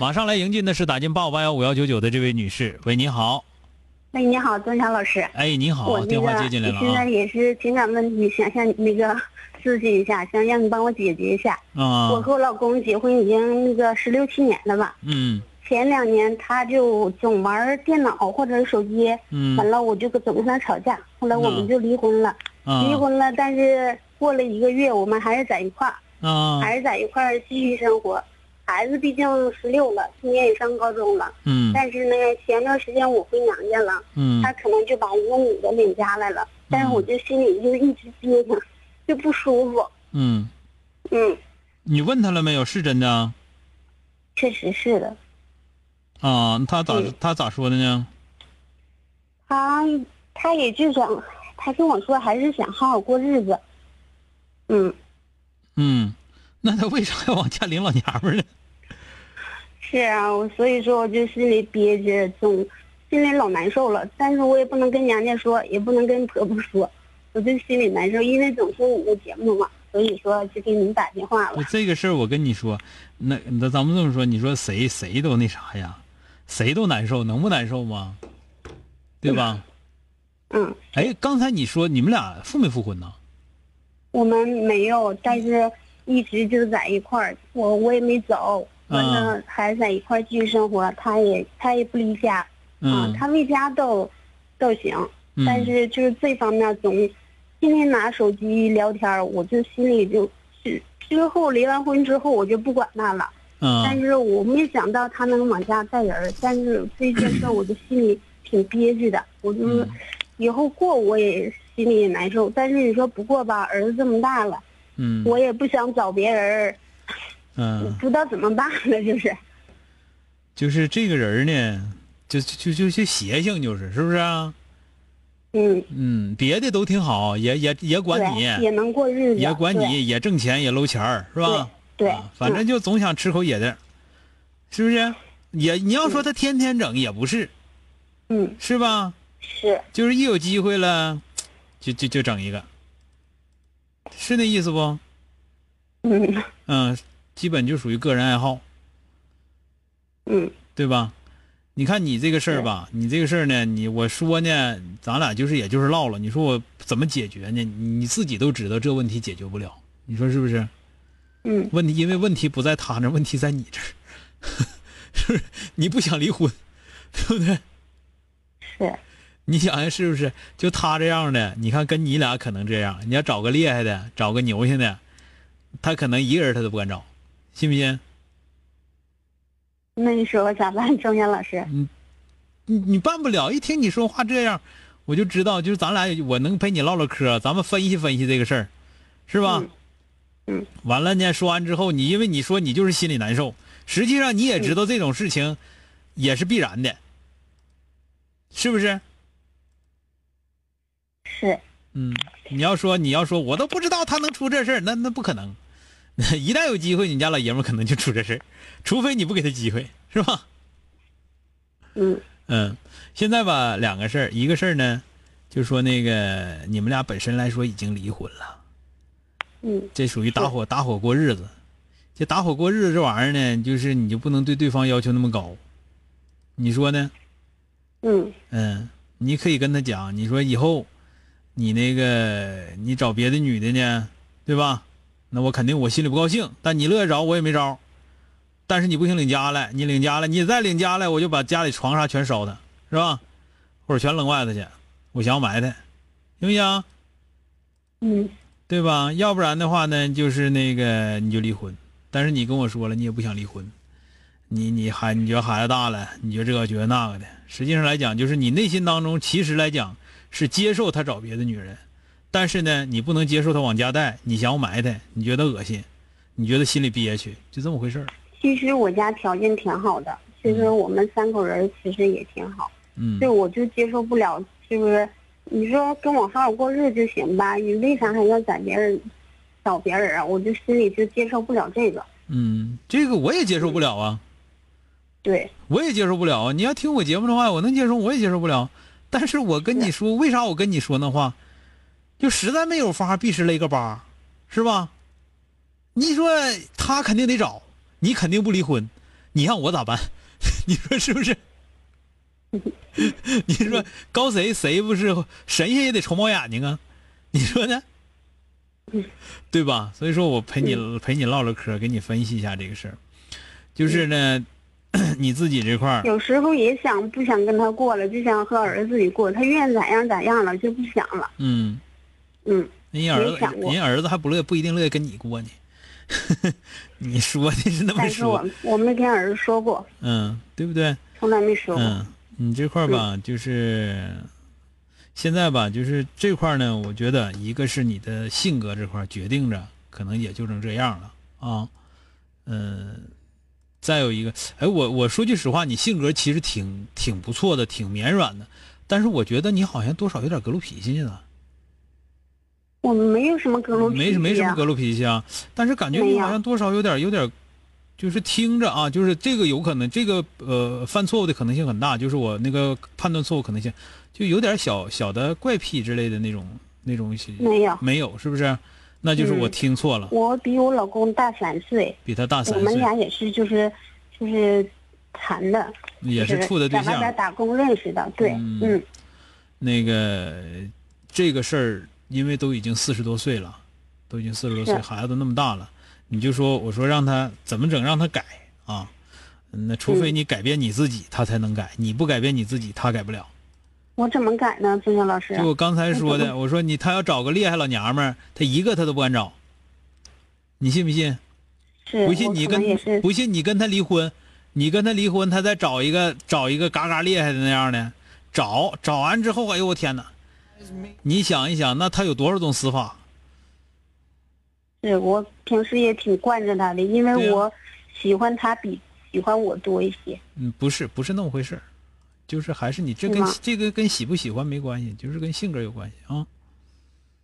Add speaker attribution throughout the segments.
Speaker 1: 马上来迎进的是打进八五八幺五幺九九的这位女士，喂，你好，
Speaker 2: 哎，你好，钟强老师，
Speaker 1: 哎，你好，
Speaker 2: 我那个
Speaker 1: 电话接进来了
Speaker 2: 现在
Speaker 1: 啊，
Speaker 2: 也是情感问题，想向你那个 咨询一下，想让你帮我解决一下。我
Speaker 1: 啊，
Speaker 2: 和我老公结婚已经那个十六七年了吧，
Speaker 1: 嗯
Speaker 2: 前两年他就总玩电脑或者是手机，
Speaker 1: 嗯
Speaker 2: 完了我就总跟他吵架，后来我
Speaker 1: 嗯
Speaker 2: 们就离婚了。
Speaker 1: 啊
Speaker 2: 离婚了，但是过了一个月，我们还是在一块儿，
Speaker 1: 啊，
Speaker 2: 还是在一块儿继续生活。孩子毕竟十六了，今年也上高中了，
Speaker 1: 嗯
Speaker 2: 但是呢，前段时间我回娘家了。
Speaker 1: 嗯
Speaker 2: 他可能就把一个女的领家来了，但是我就心里就一直憋着， 就不舒服。
Speaker 1: 嗯，
Speaker 2: 嗯，
Speaker 1: 你问他了没有？是真的啊？
Speaker 2: 确实是的。
Speaker 1: 啊，他咋
Speaker 2: 嗯
Speaker 1: 他咋说的呢？
Speaker 2: 他他也就想，他跟我说还是想好好过日子。嗯，
Speaker 1: 嗯，那他为啥要往家领老娘们儿呢？
Speaker 2: 是啊，我所以说我就心里憋着，总心里老难受了。但是我也不能跟娘家说，也不能跟婆婆说，我就心里难受，因为总听你的节目嘛，所以说就给你打电话了
Speaker 1: 我。这个事儿，我跟你说，那那咱们这么说，你说谁谁都那啥呀，谁都难受，能不难受吗？对吧？
Speaker 2: 嗯，
Speaker 1: 哎，刚才你说你们俩复没复婚呢？
Speaker 2: 我们没有，但是
Speaker 1: 嗯
Speaker 2: 一直就在一块儿，我我也没走，
Speaker 1: 嗯
Speaker 2: 完了还在一块儿继续生活。他也他也不离家，啊
Speaker 1: 嗯，，
Speaker 2: 他为家都都行，
Speaker 1: 嗯
Speaker 2: 但是就是这方面总天天拿手机聊天儿，我就心里就之之后离完婚之后我就不管他了，但
Speaker 1: 嗯
Speaker 2: 是我没想到他能往家带人儿，但是这件事儿我就心里挺憋屈的，我就是
Speaker 1: 嗯
Speaker 2: 以后过我也心里也难受，但是你说不过吧，儿子这么大了。
Speaker 1: 嗯
Speaker 2: 我也不想找别人儿，
Speaker 1: 嗯，
Speaker 2: 不知道怎么办了，就是。
Speaker 1: 就是这个人呢，就就就就邪性，就是是不是啊？
Speaker 2: 嗯，
Speaker 1: 嗯，别的都挺好，也也也管
Speaker 2: 对，
Speaker 1: 你，
Speaker 2: 也能过日子，
Speaker 1: 也管
Speaker 2: 对，
Speaker 1: 你，也挣钱，也搂钱儿，是吧？
Speaker 2: 对，
Speaker 1: 啊反正
Speaker 2: 嗯
Speaker 1: 就总想吃口野的，是不是？也你要说他天天整也不是，
Speaker 2: 嗯
Speaker 1: 是吧？
Speaker 2: 是，
Speaker 1: 就是一有机会了，就就就整一个，是那意思不？
Speaker 2: 嗯
Speaker 1: 嗯，基本就属于个人爱好，
Speaker 2: 嗯
Speaker 1: 对吧？你看你这个事儿吧，你这个事儿呢，你我说呢，咱俩就是也就是唠了，你说我怎么解决呢？你自己都知道这问题解决不了，你说是不是？
Speaker 2: 嗯
Speaker 1: 问题，因为问题不在他那儿，问题在你这儿，是不是？你不想离婚，对不对？
Speaker 2: 是，
Speaker 1: 你想想是不是？就他这样的，你看跟你俩可能这样，你要找个厉害的，找个牛性的，他可能一个人他都不敢找，信不信？
Speaker 2: 那你说我咋办，钟岩老师？
Speaker 1: 你你办不了，一听你说话这样，我就知道，就是咱俩我能陪你唠唠嗑，咱们分析分析这个事儿，是吧？
Speaker 2: 嗯嗯
Speaker 1: 完了呢，说完之后，你因为你说你就是心里难受，实际上你也知道这种事情也是必然的，是不是？
Speaker 2: 是，
Speaker 1: 嗯，你要说你要说，我都不知道他能出这事儿，那那不可能。 一旦有机会，你家老爷们儿可能就出这事儿，除非你不给他机会，是吧？
Speaker 2: 嗯
Speaker 1: 嗯，现在吧，两个事儿，一个事儿呢，就说那个你们俩本身来说已经离婚了。
Speaker 2: 嗯
Speaker 1: 这属于打火打火过日子。这打火过日子这玩意儿呢，就是你就不能对对方要求那么高，你说呢？
Speaker 2: 嗯
Speaker 1: 嗯，你可以跟他讲，你说以后你那个你找别的女的呢，对吧？那我肯定我心里不高兴，但你乐意找我也没招儿，但是你不行领家来，你领家来，你再领家来，我就把家里床啥全烧它，是吧？或者全扔外头去，我想埋汰，行不行？
Speaker 2: 嗯，
Speaker 1: 对吧？要不然的话呢，就是那个你就离婚。但是你跟我说了，你也不想离婚，你你孩你觉得孩子大了，你觉得这个觉得那个的。实际上来讲，就是你内心当中其实来讲是接受他找别的女人，但是呢，你不能接受他往家带，你想要埋汰，你觉得恶心，你觉得心里憋屈，就这么回事儿。
Speaker 2: 其实我家条件挺好的，其实我们三口人其实也挺好，
Speaker 1: 嗯
Speaker 2: 就我就接受不了，就是你说跟我好好过日子就行吧，你为啥还要在别人找别人啊？我就心里就接受不了这个。
Speaker 1: 嗯，这个我也接受不了啊，
Speaker 2: 对，
Speaker 1: 我也接受不了啊。你要听我节目的话，我能接受，我也接受不了。但是我跟你说，为啥我跟你说那话，就实在没有法，必是勒个疤，是吧？你说他肯定得找，你肯定不离婚，你让我咋办？ 你说是不是？ 你说高谁谁不是神仙也得瞅猫眼睛啊？你说呢？对吧？所以说我陪你陪你唠唠嗑，给你分析一下这个事儿，就是呢， 你自己这块儿，
Speaker 2: 有时候也想不想跟他过了，就想和儿子一起过，他愿意咋样咋样了就不想了。
Speaker 1: 嗯，
Speaker 2: 嗯，
Speaker 1: 人家儿
Speaker 2: 没
Speaker 1: 子
Speaker 2: 想，过
Speaker 1: 人家儿子还不乐，不一定乐意跟你过呢。 你说的是那么
Speaker 2: 但是
Speaker 1: 说
Speaker 2: 我，我没跟儿子说过，
Speaker 1: 嗯，对不对？
Speaker 2: 从来没说过。
Speaker 1: 嗯，你这块儿吧，
Speaker 2: 嗯
Speaker 1: 就是现在吧，就是这块儿呢，我觉得一个是你的性格这块儿决定着，可能也就成这样了啊。嗯，再有一个，哎，我我说句实话，你性格其实挺挺不错的，挺绵软的，但是我觉得你好像多少有点格鲁脾气似的。
Speaker 2: 我们没有什么格鲁
Speaker 1: 嗯没
Speaker 2: 脾气、
Speaker 1: 什
Speaker 2: 啊，
Speaker 1: 没什么格鲁脾气啊，但是感觉
Speaker 2: 没
Speaker 1: 你
Speaker 2: 有
Speaker 1: 好像多少有点有点，就是听着啊，就是这个有可能，这个呃犯错误的可能性很大，就是我那个判断错误可能性，就有点小小的怪癖之类的那种那种是
Speaker 2: 没有
Speaker 1: 没有是不是？那就是我
Speaker 2: 嗯
Speaker 1: 听错了，
Speaker 2: 我比我老公大三岁，
Speaker 1: 比他大
Speaker 2: 我
Speaker 1: 啊三
Speaker 2: 们
Speaker 1: 岁，
Speaker 2: 俩也是就是就是谈的，
Speaker 1: 也是处的对
Speaker 2: 在外
Speaker 1: 象
Speaker 2: 边。打工认识的，对，
Speaker 1: 嗯
Speaker 2: 嗯
Speaker 1: 那个这个事儿，因为都已经四十多岁了，都已经四十多岁，
Speaker 2: 是
Speaker 1: 孩子都那么大了，你就说我说让他怎么整，让他改啊？那除非你改变你自己，他才能改；你不改变你自己，他改不了。
Speaker 2: 我怎么改呢，孙晓老师
Speaker 1: 就？我刚才说
Speaker 2: 啊那
Speaker 1: 的，
Speaker 2: 怎
Speaker 1: 我说你他要找个厉害老娘们儿，他一个他都不敢找，你信不信？
Speaker 2: 是，
Speaker 1: 不信你
Speaker 2: 我可能也
Speaker 1: 跟
Speaker 2: 是，
Speaker 1: 不信你跟他离婚，你跟他离婚，他再找一个找一个嘎嘎厉害的那样的，找找完之后，哎呦我天哪！你想一想，那他有多少种死法？
Speaker 2: 是我平时也挺惯着他的，因
Speaker 1: 对
Speaker 2: 为
Speaker 1: 啊
Speaker 2: 我喜欢他比喜欢我多一些。
Speaker 1: 嗯，不是不是那么回事儿，就是还是你这
Speaker 2: 是
Speaker 1: 跟
Speaker 2: 吗
Speaker 1: 这个跟喜不喜欢没关系，就是跟性格有关系啊。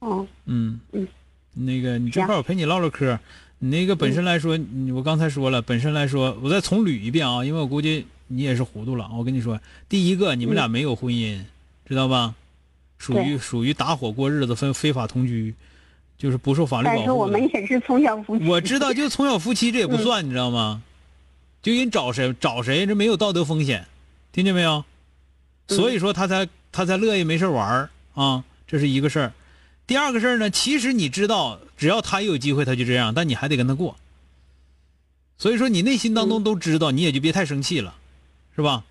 Speaker 2: 嗯，
Speaker 1: 嗯
Speaker 2: 嗯，
Speaker 1: 那个你这
Speaker 2: 行
Speaker 1: 块儿我陪你唠唠嗑儿。你那个本身来说，你我刚才说了，本身来说，我再重捋一遍啊，因为我估计你也是糊涂了。我跟你说，第一个，你们俩没有婚姻，知道吧？属于属于打火过日子，非非法同居，就是不受法律保护的。
Speaker 2: 但是我们也是从小夫妻，嗯
Speaker 1: 我知道，就从小夫妻这也不算，你知道吗？就人找谁找谁，这没有道德风险，听见没有？
Speaker 2: 嗯
Speaker 1: 所以说他才他才乐意没事玩儿啊，这是一个事儿。第二个事儿呢，其实你知道，只要他有机会他就这样，但你还得跟他过。所以说你内心当
Speaker 2: 嗯
Speaker 1: 中都知道，你也就别太生气了，是吧？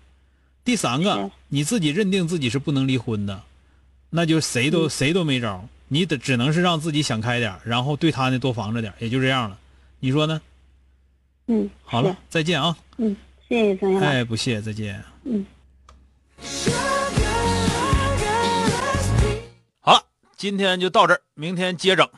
Speaker 1: 第三个
Speaker 2: 是，
Speaker 1: 你自己认定自己是不能离婚的，那就谁
Speaker 2: 嗯
Speaker 1: 都、谁都没招儿，你得只能是让自己想开点儿，然后对他呢多防着点儿，也就这样了。你说呢？
Speaker 2: 嗯，
Speaker 1: 好了，再见啊！
Speaker 2: 是，嗯，谢谢孙晓老师。
Speaker 1: 哎，不谢，再见。
Speaker 3: sugar, sugar,
Speaker 1: 好了，今天就到这儿，明天接整。